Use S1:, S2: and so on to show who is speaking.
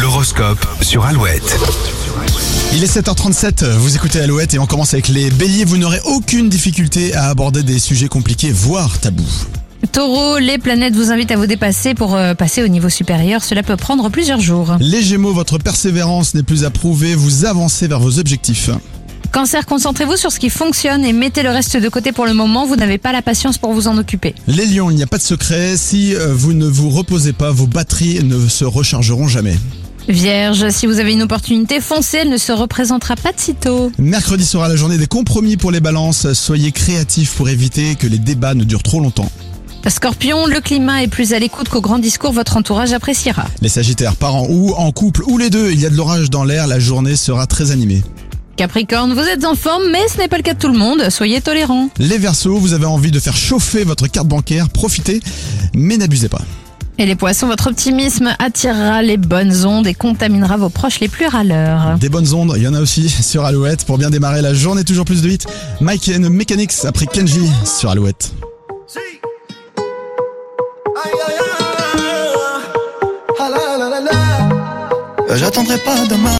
S1: L'horoscope sur Alouette.
S2: Il est 7h37, vous écoutez Alouette et on commence avec les béliers. Vous n'aurez aucune difficulté à aborder des sujets compliqués, voire tabous.
S3: Taureau, les planètes vous invitent à vous dépasser pour euh, passer au niveau supérieur. Cela peut prendre plusieurs jours.
S2: Les gémeaux, votre persévérance n'est plus approuvée, vous avancez vers vos objectifs.
S3: Cancer, concentrez-vous sur ce qui fonctionne et mettez le reste de côté pour le moment. Vous n'avez pas la patience pour vous en occuper.
S2: Les lions, il n'y a pas de secret, si euh, vous ne vous reposez pas, vos batteries ne se rechargeront jamais.
S3: Vierge, si vous avez une opportunité, foncez, elle ne se représentera pas de sitôt.
S2: Mercredi sera la journée des compromis pour les balances, soyez créatifs pour éviter que les débats ne durent trop longtemps.
S3: Scorpion, le climat est plus à l'écoute qu'au grand discours, votre entourage appréciera.
S2: Les sagittaires, parents ou en couple ou les deux, il y a de l'orage dans l'air, la journée sera très animée.
S3: Capricorne, vous êtes en forme, mais ce n'est pas le cas de tout le monde, soyez tolérants.
S2: Les Verseaux, vous avez envie de faire chauffer votre carte bancaire, profitez, mais n'abusez pas.
S3: Et les poissons, votre optimisme attirera les bonnes ondes et contaminera vos proches les plus râleurs.
S2: Des bonnes ondes, il y en a aussi sur Alouette pour bien démarrer la journée toujours plus de hits. Mike and the Mechanics après Kenji sur Alouette.
S4: Sí. Ay, ay, ay. Ah, la, la, la, la.
S5: J'attendrai pas demain.